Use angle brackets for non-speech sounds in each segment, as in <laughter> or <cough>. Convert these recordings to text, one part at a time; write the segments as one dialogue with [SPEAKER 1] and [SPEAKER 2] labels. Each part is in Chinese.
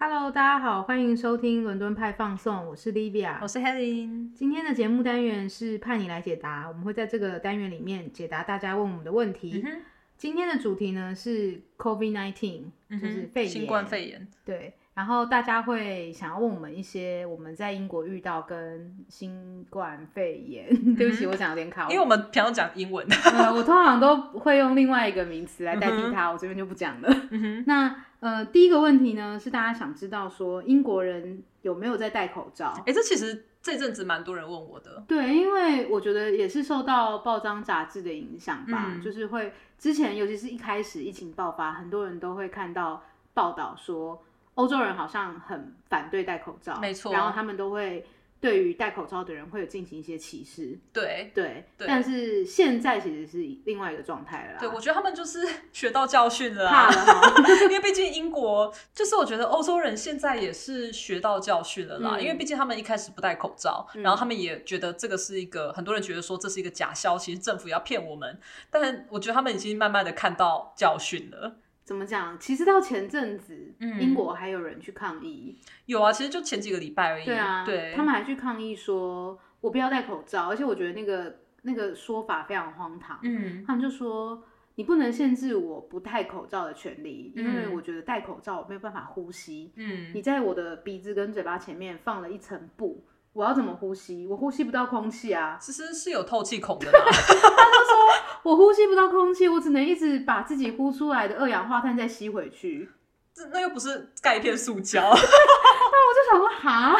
[SPEAKER 1] Hello，大家好，欢迎收听伦敦派放送，我是 Livia，
[SPEAKER 2] 我是 Helen。
[SPEAKER 1] 今天的节目单元是盼你来解答，我们会在这个单元里面解答大家问我们的问题。
[SPEAKER 2] 嗯哼
[SPEAKER 1] 今天的主题呢是 COVID nineteen，、
[SPEAKER 2] 嗯
[SPEAKER 1] 就是
[SPEAKER 2] 哼
[SPEAKER 1] 肺炎。
[SPEAKER 2] 新冠肺炎。
[SPEAKER 1] 对，然后大家会想要问我们一些我们在英国遇到跟新冠肺炎， <laughs> 对不起，我讲有点卡，
[SPEAKER 2] 嗯因为我们平常讲英文，
[SPEAKER 1] 呃，我通常都会用另外一个名词来代替
[SPEAKER 2] 嗯哼
[SPEAKER 1] 它，我这边就不讲了。
[SPEAKER 2] 嗯 <laughs> 哼，
[SPEAKER 1] 那呃，第一个问题呢是大家想知道说英国人有没有在戴口罩
[SPEAKER 2] 哎、？这其实这阵子蛮多人问我的，
[SPEAKER 1] 对，因为我觉得也是受到报章杂志的影响吧，
[SPEAKER 2] 嗯
[SPEAKER 1] 就是会之前尤其是一开始疫情爆发，很多人都会看到报道说欧洲人好像很反对戴口罩，
[SPEAKER 2] 没错
[SPEAKER 1] 然后他们都会对于戴口罩的人会有进行一些歧视，
[SPEAKER 2] 对。
[SPEAKER 1] 对，
[SPEAKER 2] 对
[SPEAKER 1] 但是现在其实是另外一个状态了啦，
[SPEAKER 2] 对，我觉得他们就是 <laughs> 学到教训了
[SPEAKER 1] 怕
[SPEAKER 2] 啊，
[SPEAKER 1] 了哈，
[SPEAKER 2] <laughs>
[SPEAKER 1] <laughs>
[SPEAKER 2] 因为毕竟英国就是我觉得欧洲人现在也是学到教训了啦，
[SPEAKER 1] 嗯
[SPEAKER 2] 因为毕竟他们一开始不戴口罩，
[SPEAKER 1] 嗯
[SPEAKER 2] 然后他们也觉得这个是一个很多人觉得说这是一个假消息，政府要骗我们，但我觉得他们已经慢慢的看到教训了。
[SPEAKER 1] 怎么讲？其实到前阵子，
[SPEAKER 2] 嗯
[SPEAKER 1] 英国还有人去抗议，
[SPEAKER 2] 有啊，其实就前几个礼拜而已。
[SPEAKER 1] 对啊，
[SPEAKER 2] 对，
[SPEAKER 1] 他们还去抗议说，我不要戴口罩，而且我觉得那个那个说法非常荒唐。
[SPEAKER 2] 嗯
[SPEAKER 1] 他们就说，你不能限制我不戴口罩的权利，因为
[SPEAKER 2] 嗯
[SPEAKER 1] 我觉得戴口罩我没有办法呼吸。
[SPEAKER 2] 嗯，
[SPEAKER 1] 你在我的鼻子跟嘴巴前面放了一层布，我要怎么呼吸？我呼吸不到空气啊，
[SPEAKER 2] 其实是有透气孔的啦。
[SPEAKER 1] 我呼吸不到空气，我只能一直把自己呼出来的二氧化碳再吸回去。
[SPEAKER 2] <laughs>
[SPEAKER 1] <laughs>
[SPEAKER 2] 这那又不是盖一片塑胶，
[SPEAKER 1] 我就想说，哈，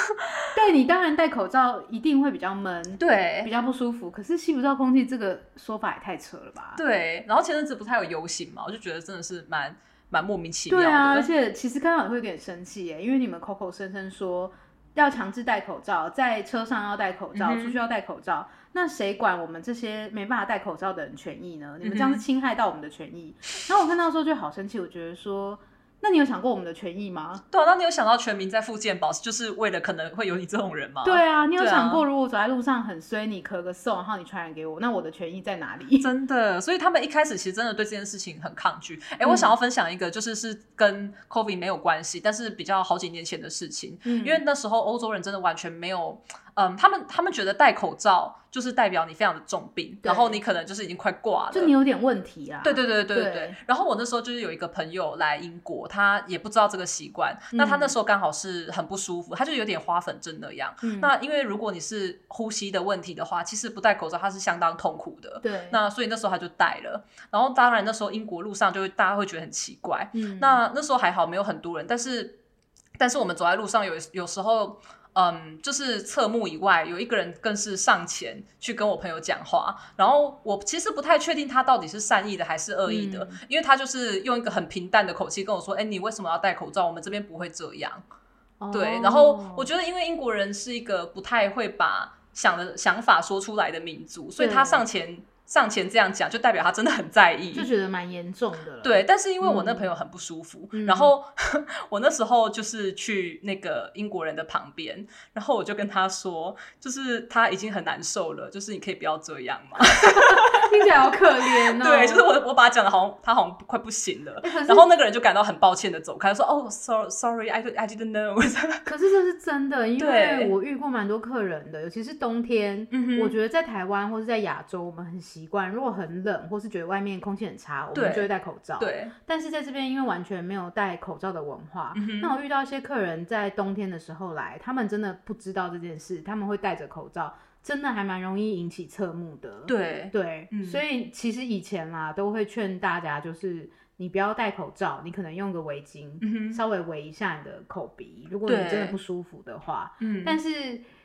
[SPEAKER 1] <laughs> 对你当然戴口罩一定会比较闷，比
[SPEAKER 2] 对
[SPEAKER 1] 较不舒服。可是吸不到空气这个说法也太扯了吧？
[SPEAKER 2] <laughs> 对。然后前阵子不太有游行嘛，我就觉得真的是蛮蛮莫名其妙
[SPEAKER 1] 对
[SPEAKER 2] 的。
[SPEAKER 1] 啊，而且其实看到也会有点生气耶，因为你们口口声声说要强制戴口罩，在车上要戴口罩，
[SPEAKER 2] 嗯哼
[SPEAKER 1] 出去要戴口罩，那谁管我们这些没办法戴口罩的人权益呢？你们
[SPEAKER 2] 嗯
[SPEAKER 1] 这
[SPEAKER 2] 哼
[SPEAKER 1] 样是侵害到我们的权
[SPEAKER 2] <laughs>
[SPEAKER 1] 益。然后我看到的时候就好生气，我觉得说，那你有想过我们的权益吗？
[SPEAKER 2] 对啊，那你有想到全民在复健保，就是为了可能会有你这种人吗？
[SPEAKER 1] 对，啊，你有
[SPEAKER 2] 对啊
[SPEAKER 1] 想过，如果我走在路上很衰，你咳个嗽，然后你传染给我，那我的权益在哪里？
[SPEAKER 2] 真的。所以他们一开始其实真的对这件事情很抗拒。哎，我
[SPEAKER 1] 嗯
[SPEAKER 2] 想要分享一个，就是是跟 COVID 没有关系，但是比较好几年前的事情。
[SPEAKER 1] 因
[SPEAKER 2] <laughs> 因为那时候欧洲人真的完全没有，嗯，他们他们觉得戴口罩就是代表你非常的重病，
[SPEAKER 1] 对
[SPEAKER 2] 然后你可能就是已经快挂了，
[SPEAKER 1] 就你有点问题啊。
[SPEAKER 2] 对对对对对
[SPEAKER 1] 对
[SPEAKER 2] 对。然后我那时候就是有一个朋友来英国，他也不知道这个习惯，
[SPEAKER 1] 嗯
[SPEAKER 2] 那他那时候刚好是很不舒服，他就有点花粉症那样。
[SPEAKER 1] 嗯
[SPEAKER 2] 那因为如果你是呼吸的问题的话，其实不戴口罩它是相当痛苦的。
[SPEAKER 1] 对，
[SPEAKER 2] 那所以那时候他就戴了，然后当然那时候英国路上就会大家会觉得很奇怪。
[SPEAKER 1] 嗯
[SPEAKER 2] 那那时候还好没有很多人，但是但是我们走在路上有有时候。嗯，就是侧目以外，有一个人更是上前去跟我朋友讲话，然后我其实不太确定他到底是善意的还是恶意的，
[SPEAKER 1] 嗯
[SPEAKER 2] 因为他就是用一个很平淡的口气跟我说：“哎、你为什么要戴口罩？我们这边不会这样。”对，然后我
[SPEAKER 1] 就
[SPEAKER 2] 觉得，因为英国人是一个不太会把想的想法说出来的民族，所以他
[SPEAKER 1] 对
[SPEAKER 2] 上前上前这样讲，就代表他真的很在意，
[SPEAKER 1] 就觉得蛮严重的了。
[SPEAKER 2] 对，，但是因为我
[SPEAKER 1] 嗯
[SPEAKER 2] 那朋友很不舒服，然后 <laughs> 我那时候就是去那个英国人的旁边，然后我就跟他说，就是他已经很难受了，就是你可以不要这样嘛。
[SPEAKER 1] <laughs> 听起来好可怜哦。
[SPEAKER 2] <laughs> 对，就是我我把他讲的好像他好像快不行了
[SPEAKER 1] 哎可是，
[SPEAKER 2] 然后那个人就感到很抱歉的走开，说哦，sorry sorry I don't- I didn't know
[SPEAKER 1] 可是这是真的，因为
[SPEAKER 2] 对
[SPEAKER 1] 我遇过蛮多客人的，尤其是冬天。
[SPEAKER 2] 嗯哼。
[SPEAKER 1] 我觉得在台湾或是在亚洲，我们很习惯，如果很冷或是觉得外面空气很差，我们
[SPEAKER 2] 对
[SPEAKER 1] 就会戴口罩。，
[SPEAKER 2] <laughs> 对，
[SPEAKER 1] 但是在这边因为完全没有戴口罩的文化，
[SPEAKER 2] 嗯哼
[SPEAKER 1] 那我遇到一些客人在冬天的时候来，他们真的不知道这件事，他们会戴着口罩，真的还蛮容易引起侧目的。
[SPEAKER 2] 对，
[SPEAKER 1] 对，
[SPEAKER 2] 嗯
[SPEAKER 1] 所以其实以前啦，都会劝大家，就是你不要戴口罩，你可能用个围巾，
[SPEAKER 2] 嗯哼，
[SPEAKER 1] 稍微围一下你的口鼻，如果你
[SPEAKER 2] 对
[SPEAKER 1] 真的不舒服的话。
[SPEAKER 2] 嗯，
[SPEAKER 1] 但是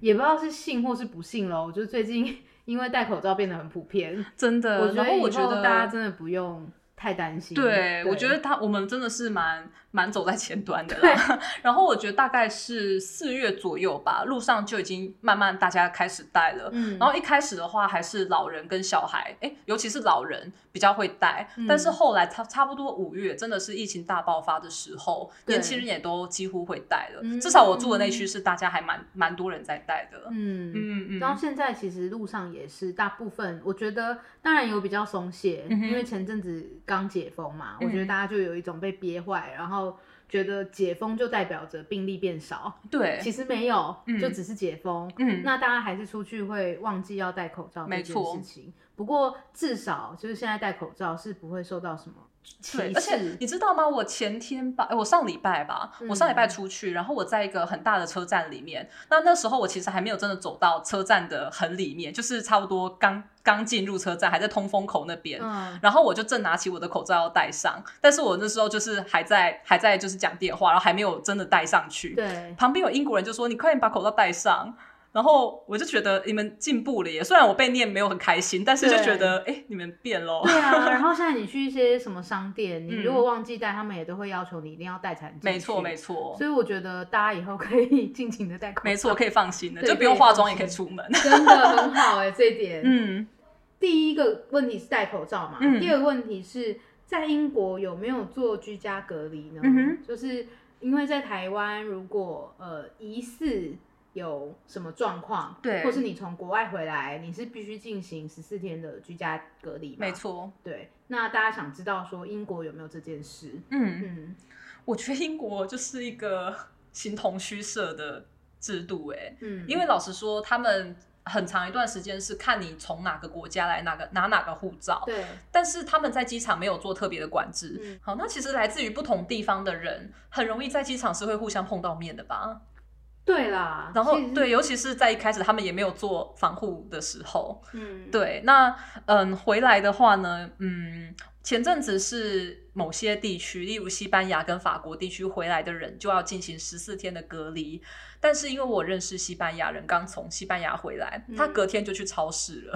[SPEAKER 1] 也不知道是信或是不信喽，就是最近 <laughs> 因为戴口罩变得很普遍，
[SPEAKER 2] 真
[SPEAKER 1] 我觉
[SPEAKER 2] 的，呃然
[SPEAKER 1] 得
[SPEAKER 2] 后
[SPEAKER 1] 以后
[SPEAKER 2] 我觉得
[SPEAKER 1] 大家真的不用太担心。
[SPEAKER 2] 对，我觉得他我们真的是蛮蛮走在前端的啦。 <laughs> 然后我觉得大概是四月左右吧，路上就已经慢慢大家开始戴了。
[SPEAKER 1] 嗯，
[SPEAKER 2] 然后一开始的话，还是老人跟小孩，哎，尤其是老人比较会戴。
[SPEAKER 1] 嗯
[SPEAKER 2] 但是后来差差不多五月，真的是疫情大爆发的时候，
[SPEAKER 1] 对
[SPEAKER 2] 年轻人也都几乎会戴了。
[SPEAKER 1] 嗯
[SPEAKER 2] 至少我住的那区是大家还蛮蛮多人在戴的。
[SPEAKER 1] 嗯。
[SPEAKER 2] 嗯
[SPEAKER 1] 然后
[SPEAKER 2] 嗯，
[SPEAKER 1] 现在其实路上也是大部分，我觉得当然有比较松懈，
[SPEAKER 2] 嗯哼
[SPEAKER 1] 因为前阵子刚解封嘛，我觉得
[SPEAKER 2] 嗯
[SPEAKER 1] 大家就有一种被憋坏，然后觉得解封就代表着病例变少，
[SPEAKER 2] 对，
[SPEAKER 1] 其实没有，
[SPEAKER 2] 嗯
[SPEAKER 1] 就只是解封。
[SPEAKER 2] 嗯，
[SPEAKER 1] 那大家还是出去会忘记要戴口罩这
[SPEAKER 2] 没
[SPEAKER 1] 件
[SPEAKER 2] 错
[SPEAKER 1] 事情。不过至少就是现在戴口罩是不会受到什么歧
[SPEAKER 2] 对，而且
[SPEAKER 1] 视。
[SPEAKER 2] 你知道吗？我前天吧，哎我上礼拜吧，我上礼拜
[SPEAKER 1] 嗯
[SPEAKER 2] 出去，然后我在一个很大的车站里面。那那时候我其实还没有真的走到车站的很里面，就是差不多刚刚进入车站，还在通风口那边。
[SPEAKER 1] 嗯，
[SPEAKER 2] 然后我就正拿起我的口罩要戴上，但是我那时候就是还在还在就是讲电话，然后还没有真的戴上去。 <laughs>
[SPEAKER 1] 对，
[SPEAKER 2] 旁边有英国人就说：“你快点把口罩戴上。”然后我就觉得你们进步了耶，虽然我被念没有很开心，但是就
[SPEAKER 1] 对
[SPEAKER 2] 觉得哎，你们变喽。
[SPEAKER 1] 对啊。然后现在你去一些什么商店，你
[SPEAKER 2] 嗯
[SPEAKER 1] 如果忘记带，他们也都会要求你一定要带产品。
[SPEAKER 2] 没错，没错。
[SPEAKER 1] 所以我觉得大家以后可以尽情的戴口罩，
[SPEAKER 2] 没错，可以放心的，
[SPEAKER 1] 对
[SPEAKER 2] 就不用化妆也可以
[SPEAKER 1] <laughs>
[SPEAKER 2] 出门。
[SPEAKER 1] 真的很好哎、这一点。
[SPEAKER 2] 嗯，
[SPEAKER 1] 第一个问题是戴口罩嘛，
[SPEAKER 2] 嗯
[SPEAKER 1] 第二个问题是在英国有没有做居家隔离呢？
[SPEAKER 2] 嗯哼
[SPEAKER 1] 就是因为在台湾，如果呃疑似有什么状况，
[SPEAKER 2] 对
[SPEAKER 1] 或是你从国外回来，你是必须进行十四天的居家隔离嘛，
[SPEAKER 2] 没，错。
[SPEAKER 1] 对。那大家想知道说英国有没有这件事？
[SPEAKER 2] 嗯，
[SPEAKER 1] 嗯，
[SPEAKER 2] 我觉得英国就是一个形同虚设的制度、哎，
[SPEAKER 1] 嗯
[SPEAKER 2] 因为老实说，他们很长一段时间是看你从哪个国家来，哪个拿哪个护照，
[SPEAKER 1] 对，
[SPEAKER 2] 但是他们在机场没有做特别的管制。
[SPEAKER 1] 嗯
[SPEAKER 2] 好，那其实来自于不同地方的人，很容易在机场是会互相碰到面的吧？
[SPEAKER 1] 对啦。
[SPEAKER 2] 然后
[SPEAKER 1] 其实
[SPEAKER 2] 对，，尤其是在一开始他们也没有做防护的时候，
[SPEAKER 1] 嗯，
[SPEAKER 2] 对，那嗯，回来的话呢，嗯，前阵子是某些地区，例如西班牙跟法国地区回来的人就要进行十四天的隔离，但是因为我认识西班牙人，刚从西班牙回来，他
[SPEAKER 1] 嗯
[SPEAKER 2] 隔天就去超市了。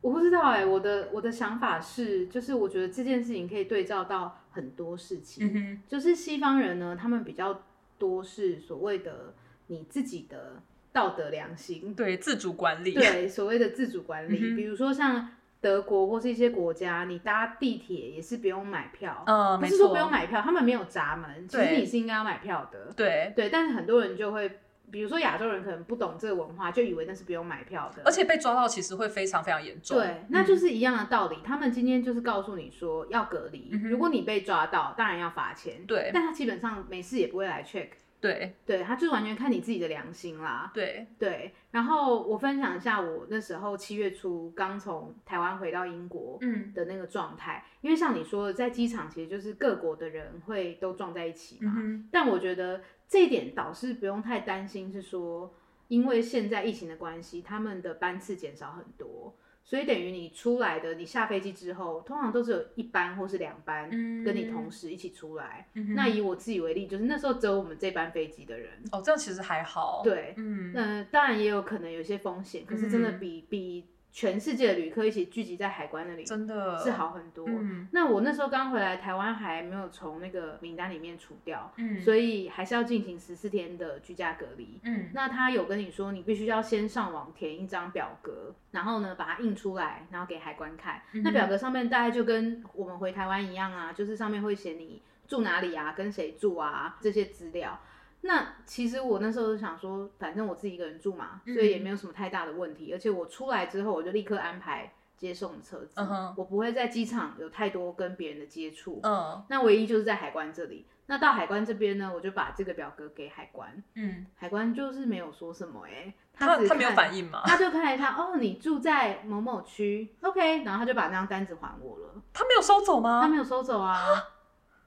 [SPEAKER 1] 我不知道哎、我的我的想法是，就是我觉得这件事情可以对照到很多事情，
[SPEAKER 2] 嗯哼，
[SPEAKER 1] 就是西方人呢，他们比较多是所谓的你自己的道德良心，
[SPEAKER 2] 对，自主管理。
[SPEAKER 1] 对所谓的自主管理，
[SPEAKER 2] 嗯哼
[SPEAKER 1] 比如说像德国或是一些国家，你搭地铁也是不用买票，
[SPEAKER 2] <laughs> 嗯，
[SPEAKER 1] 不
[SPEAKER 2] 没
[SPEAKER 1] 是说
[SPEAKER 2] 错
[SPEAKER 1] 不，用买票，他们没有闸门，其实
[SPEAKER 2] 对
[SPEAKER 1] 你是应该要买票的，
[SPEAKER 2] 对，
[SPEAKER 1] 对，但是很多人就会，比如说亚洲人可能不懂这个文化，就以为那是不用买票的，
[SPEAKER 2] 而且被抓到其实会非常非常严重。、
[SPEAKER 1] 对，那就是是一样的道理。他们今天就是告诉你说要隔离，
[SPEAKER 2] 嗯哼
[SPEAKER 1] 如果你被抓到，当然要罚钱。
[SPEAKER 2] 对
[SPEAKER 1] 但他基本上没事也不会来 check，
[SPEAKER 2] 对
[SPEAKER 1] 对他就是完全看你自己的良心啦。
[SPEAKER 2] 对，
[SPEAKER 1] 对，然后我分享一下我那时候七月初刚从台湾回到英国
[SPEAKER 2] 嗯
[SPEAKER 1] 的那个状态，因为像你说的，在机场其实就是各国的人会都撞在一起嘛。
[SPEAKER 2] 嗯哼，
[SPEAKER 1] 但我觉得这一点倒是不用太担心，是说因为现在疫情的关系，他们的班次减少很多，所以等于你出来的，你下飞机之后，通常都只有一班或是两班
[SPEAKER 2] 嗯
[SPEAKER 1] 跟你同时一起出来。
[SPEAKER 2] 嗯哼
[SPEAKER 1] 那以我自己为例，就是那时候只有我们这班飞机的人，
[SPEAKER 2] 哦，这样其实还好。，
[SPEAKER 1] 对，
[SPEAKER 2] 嗯，
[SPEAKER 1] 嗯，当然也有可能有些风险，可是真的比、比全世界的旅客一起聚集在海关那里
[SPEAKER 2] 真的
[SPEAKER 1] 是。好很多。
[SPEAKER 2] 嗯
[SPEAKER 1] 那我那时候刚回来，台湾还没有从那个名单里面除掉，
[SPEAKER 2] 嗯，
[SPEAKER 1] 所以还是要进行十四天的居家隔离。
[SPEAKER 2] 嗯，
[SPEAKER 1] 那他有跟你说，你必须要先上网填一张表格，然后呢把它印出来，然后给海关看。
[SPEAKER 2] 嗯哼
[SPEAKER 1] 那表格上面大概就跟我们回台湾一样啊，就是上面会写你住哪里啊，跟谁住啊这些资料。那其实我那时候就想说，反正我自己一个人住嘛，
[SPEAKER 2] 嗯
[SPEAKER 1] 所以也没有什么太大的问题。而且我出来之后，我就立刻安排接送车子
[SPEAKER 2] 嗯哼
[SPEAKER 1] 我不会在机场有太多跟别人的接触。
[SPEAKER 2] 嗯
[SPEAKER 1] 那唯一就是在海关这里。那到海关这边呢，我就把这个表格给海关，
[SPEAKER 2] 嗯，
[SPEAKER 1] 海关就是没有说什么、欸，
[SPEAKER 2] 他
[SPEAKER 1] 只
[SPEAKER 2] 他没有
[SPEAKER 1] 看
[SPEAKER 2] 反应吗？
[SPEAKER 1] 他就看了一下，哦，你住在某某区，OK，然后他就把那张单子还我了，
[SPEAKER 2] 他没有收走
[SPEAKER 1] 他
[SPEAKER 2] 吗？
[SPEAKER 1] 没有收走啊，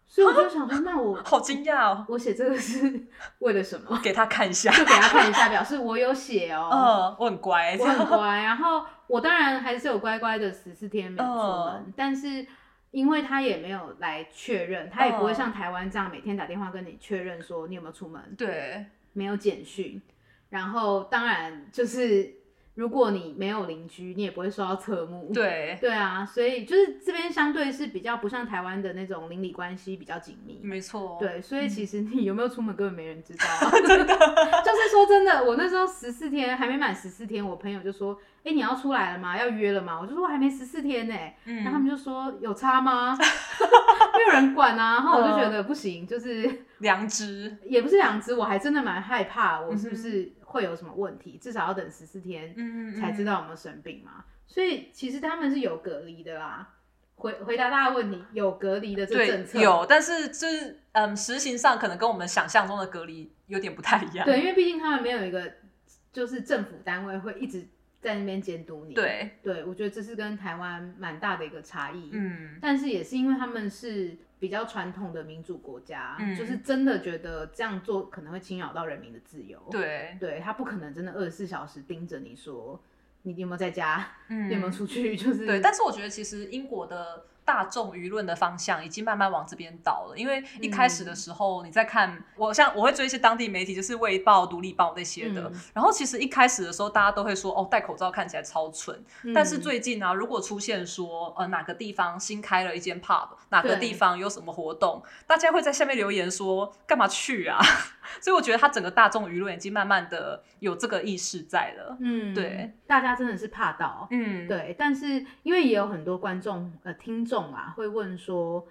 [SPEAKER 1] 所以我就想说，那我
[SPEAKER 2] 好惊讶哦！
[SPEAKER 1] 我写这个是 <laughs> 为了什么？
[SPEAKER 2] 给他看一下。
[SPEAKER 1] 就给他看一下，表示我有写哦。
[SPEAKER 2] 嗯，我很乖。
[SPEAKER 1] 我很乖，然后我当然还是有乖乖的十四天没有出门，但是因为他也没有来确认，他也不会像台湾这样每天打电话跟你确认说你有没有出门，
[SPEAKER 2] <laughs> 对，
[SPEAKER 1] 没有简讯，然后当然就是如果你没有邻居，你也不会收到侧目，
[SPEAKER 2] 对，
[SPEAKER 1] 对啊，所以就是这边相对是比较不像台湾的那种邻里关系比较紧密，
[SPEAKER 2] 没错。，
[SPEAKER 1] 对，所以
[SPEAKER 2] 嗯
[SPEAKER 1] 其实你有没有出门根本没人知道、
[SPEAKER 2] <laughs>
[SPEAKER 1] 啊，真的。 <laughs> 就是说真的，我那时候十四天还没满十四天，我朋友就说：“哎、你要出来了吗？要约了吗？”我就说：“我还没十四天呢、然后他
[SPEAKER 2] 嗯，
[SPEAKER 1] 们就说：“有差吗？” <laughs> 没有人管啊。然后我就
[SPEAKER 2] 嗯
[SPEAKER 1] 觉得不行，就是
[SPEAKER 2] 良知。
[SPEAKER 1] 也不是两只，我还真的蛮害怕，我是不是会有什么问题？至少要等十四天
[SPEAKER 2] 嗯
[SPEAKER 1] 才知。道有没有生病嘛。所以其实他们是有隔离的啦。回回答大家问题，有隔离的这政策
[SPEAKER 2] 对，有，但是就是嗯，实行上可能跟我们想象中的隔离有点不太一样。
[SPEAKER 1] 对，因为毕竟他们没有一个就是政府单位会一直在那边监督你。，
[SPEAKER 2] 对，
[SPEAKER 1] 对我觉得这是跟台湾蛮大的一个差异。，
[SPEAKER 2] 嗯
[SPEAKER 1] 但是也是因为他们是比较传统的民主国家，
[SPEAKER 2] 嗯
[SPEAKER 1] 就是真的觉得这样做可能会侵扰到人民的自由。，
[SPEAKER 2] 对，
[SPEAKER 1] 对他不可能真的二十四小时盯着你说你有没有在家，
[SPEAKER 2] 嗯
[SPEAKER 1] 你有没有出去，就是
[SPEAKER 2] 对，但是我觉得其实英国的大众舆论的方向已经慢慢往这边倒了，因为一开始
[SPEAKER 1] 嗯
[SPEAKER 2] 的时候你在看，我像我会追一些当地媒体，就是《卫报》《独立报》那些的。
[SPEAKER 1] 嗯
[SPEAKER 2] 然后其实一开始的时候，大家都会说哦，戴口罩看起来超蠢。但是
[SPEAKER 1] 嗯
[SPEAKER 2] 最近啊，如果出现说呃哪个地方新开了一间 pub，哪个
[SPEAKER 1] 对
[SPEAKER 2] 地方有什么活动，大家会在下面留言说干嘛去啊？ <laughs> 所以我觉得他整个大众舆论已经慢慢的有这个意识在了。
[SPEAKER 1] 嗯，
[SPEAKER 2] 对，
[SPEAKER 1] 大家真的是怕到，
[SPEAKER 2] 嗯，
[SPEAKER 1] 对，但是因为也有很多观众呃听众啊会问说，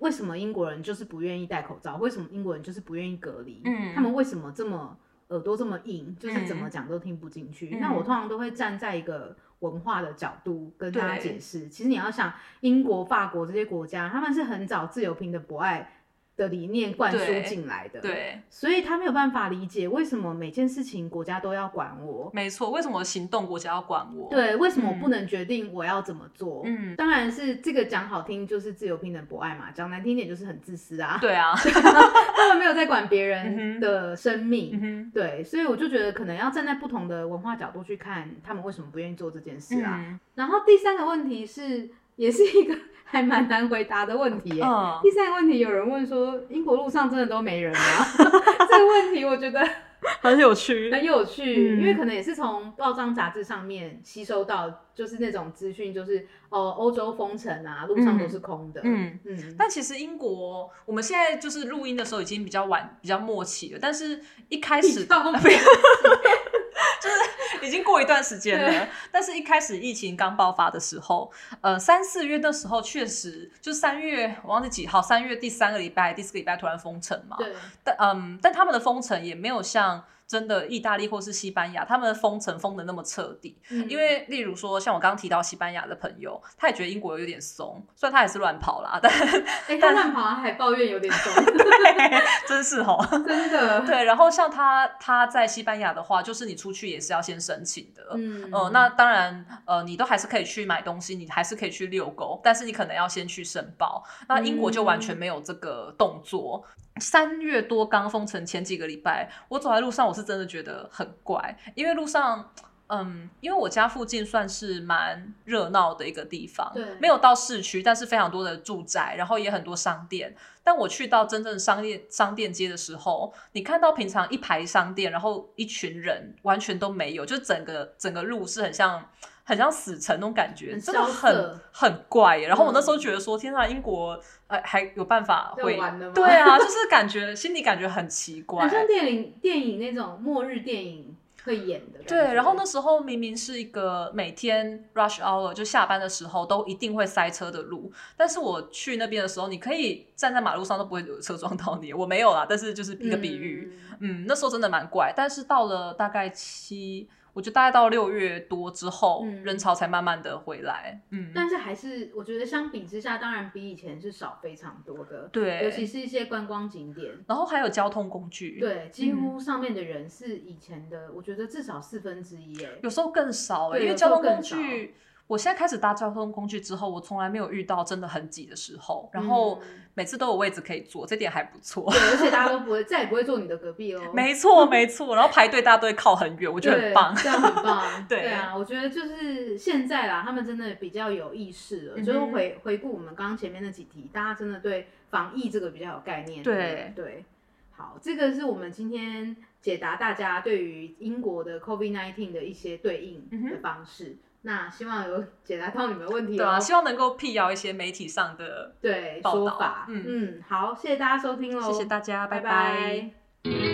[SPEAKER 1] 为什么英国人就是不愿意戴口罩？为什么英国人就是不愿意隔离？
[SPEAKER 2] 嗯
[SPEAKER 1] 他们为什么这么耳朵这么硬，就是怎么
[SPEAKER 2] 嗯
[SPEAKER 1] 讲都听不进去？
[SPEAKER 2] 嗯
[SPEAKER 1] 那我通常都会站在一个文化的角度跟大家
[SPEAKER 2] 对
[SPEAKER 1] 解释。其实你要想，英国、法国这些国家，他们是很早自由平等博爱的理念灌输
[SPEAKER 2] 对
[SPEAKER 1] 进来的，，
[SPEAKER 2] 对，
[SPEAKER 1] 所以他没有办法理解为什么每件事情国家都要管我。
[SPEAKER 2] 没错。为什么行动国家要管我？
[SPEAKER 1] 对，为什么我
[SPEAKER 2] 嗯
[SPEAKER 1] 不能决定我要怎么做？
[SPEAKER 2] 嗯，
[SPEAKER 1] 当然是这个讲好听就是自由平等博爱嘛，讲难听一点就是很自私啊。 <laughs>
[SPEAKER 2] 对 <laughs> 啊，
[SPEAKER 1] 他们没有在管别
[SPEAKER 2] 嗯
[SPEAKER 1] 人
[SPEAKER 2] 哼
[SPEAKER 1] 的生命，
[SPEAKER 2] 嗯哼，
[SPEAKER 1] 对，所以我就觉得可能要站在不同的文化角度去看他们为什么不愿意做这件事啊。
[SPEAKER 2] 嗯
[SPEAKER 1] 然后第三个问题是，也是一个还蛮难回答的问题耶。
[SPEAKER 2] 嗯
[SPEAKER 1] 第三个问题，有人问说，英国路上真的都没人吗？ <laughs> 这个问题我觉得
[SPEAKER 2] 很有趣。
[SPEAKER 1] 很有趣，
[SPEAKER 2] 嗯
[SPEAKER 1] 因为可能也是从报章杂志上面吸收到，就是那种资讯，就是哦，欧洲封城啊，路上都是空的。
[SPEAKER 2] 嗯
[SPEAKER 1] 嗯，
[SPEAKER 2] 但其实英国，我们现在就是录音的时候已经比较晚、比较默契了，但是一开始
[SPEAKER 1] 到
[SPEAKER 2] 没有已经过一段时间了，但是一开始疫情刚爆发的时候，呃，三四月那时候确实，就三月我忘记几号，三月第三个礼拜、第四个礼拜突然封城嘛。 <laughs>
[SPEAKER 1] 对，
[SPEAKER 2] 但嗯，但他们的封城也没有像真的意大利或是西班牙，他们的封城封的那么彻底。
[SPEAKER 1] 嗯
[SPEAKER 2] 因为例如说，像我刚刚提到西班牙的朋友，他也觉得英国有点松，虽然他也是乱跑啦，但
[SPEAKER 1] 哎，他乱跑啊还抱怨有点
[SPEAKER 2] <laughs>
[SPEAKER 1] 重，
[SPEAKER 2] 真是吼。
[SPEAKER 1] 真
[SPEAKER 2] <laughs>
[SPEAKER 1] 的。
[SPEAKER 2] 对，然后像他他在西班牙的话，就是你出去也是要先申请的。
[SPEAKER 1] 嗯
[SPEAKER 2] 呃，那当然，呃，你都还是可以去买东西，你还是可以去遛狗，但是你可能要先去申报。那英国就完
[SPEAKER 1] 嗯
[SPEAKER 2] 全没有这个动作。三月多刚封城前几个礼拜，我走在路上，我是真的觉得很怪，因为路上。嗯，因为我家附近算是蛮热闹的一个地方
[SPEAKER 1] 对，
[SPEAKER 2] 没有到市区，但是非常多的住宅，然后也很多商店。但我去到真正商店商店街的时候，你看到平常一排商店，然后一群人完全都没有，就整个整个路是很像很像死城那种感觉，
[SPEAKER 1] 很
[SPEAKER 2] 真的
[SPEAKER 1] 萧
[SPEAKER 2] 很
[SPEAKER 1] 瑟
[SPEAKER 2] 很怪耶。然后我那
[SPEAKER 1] 嗯
[SPEAKER 2] 时候觉得说，天啊，英国呃还有办法
[SPEAKER 1] 要
[SPEAKER 2] 会
[SPEAKER 1] 玩了吗
[SPEAKER 2] 对啊，就是感觉心里感觉很奇怪
[SPEAKER 1] 很。像电影电影那种末日电影会演的。
[SPEAKER 2] 对，然后那？时候明明是一个每天 rush hour 就下班的时候都一定会塞车的路，但是我去那边的时候，你可以站在马路上都不会有车撞到你。我没有啦，但是就是一个比喻。
[SPEAKER 1] 嗯，
[SPEAKER 2] 嗯，那时候真的蛮怪，但是到了大概七，我觉得大概到六月多之后，
[SPEAKER 1] 嗯
[SPEAKER 2] 人潮才慢慢的回来。嗯，
[SPEAKER 1] 但是还是我觉得相比之下，当然比以前是少非常多的，尤其
[SPEAKER 2] 对，
[SPEAKER 1] 是一些观光景点。
[SPEAKER 2] 然后还有交通工具，，
[SPEAKER 1] 对，几
[SPEAKER 2] 嗯
[SPEAKER 1] 乎上面的人是以前的，我觉得至少四分之一耶。
[SPEAKER 2] 有时候更少、欸，
[SPEAKER 1] 对
[SPEAKER 2] 因为
[SPEAKER 1] 有时候
[SPEAKER 2] 交通工
[SPEAKER 1] 更少
[SPEAKER 2] 具，我现在开始搭交通工具之后，我从来没有遇到真的很挤的时候，然后
[SPEAKER 1] 嗯
[SPEAKER 2] 每次都有位置可以坐，这点还不错。
[SPEAKER 1] 对，而且大家都不会，再也不会坐你的隔壁哦。
[SPEAKER 2] <laughs> 没错，没错，然后排队大家都会靠很远，我觉
[SPEAKER 1] 对，
[SPEAKER 2] 得很棒。
[SPEAKER 1] 这样很
[SPEAKER 2] <laughs>
[SPEAKER 1] 棒。
[SPEAKER 2] 对
[SPEAKER 1] 啊，我觉得就是现在啦，他们真的比较有意识了，
[SPEAKER 2] 嗯哼
[SPEAKER 1] 就是回回顾我们刚刚前面那几题，大家真的对防疫这个比较有概念。
[SPEAKER 2] 对
[SPEAKER 1] 对，好，这个是我们今天解答大家对于英国的 COVID-19 的一些对应
[SPEAKER 2] 嗯哼
[SPEAKER 1] 的方式。那希望有解答到你们的问题、哦。
[SPEAKER 2] 对啊，希望能够辟谣一些媒体上的。
[SPEAKER 1] 对
[SPEAKER 2] 报
[SPEAKER 1] 说
[SPEAKER 2] 道
[SPEAKER 1] 法。
[SPEAKER 2] 嗯
[SPEAKER 1] 嗯好，谢谢大家收听喽，
[SPEAKER 2] 谢谢大家，
[SPEAKER 1] 拜
[SPEAKER 2] 拜拜
[SPEAKER 1] 拜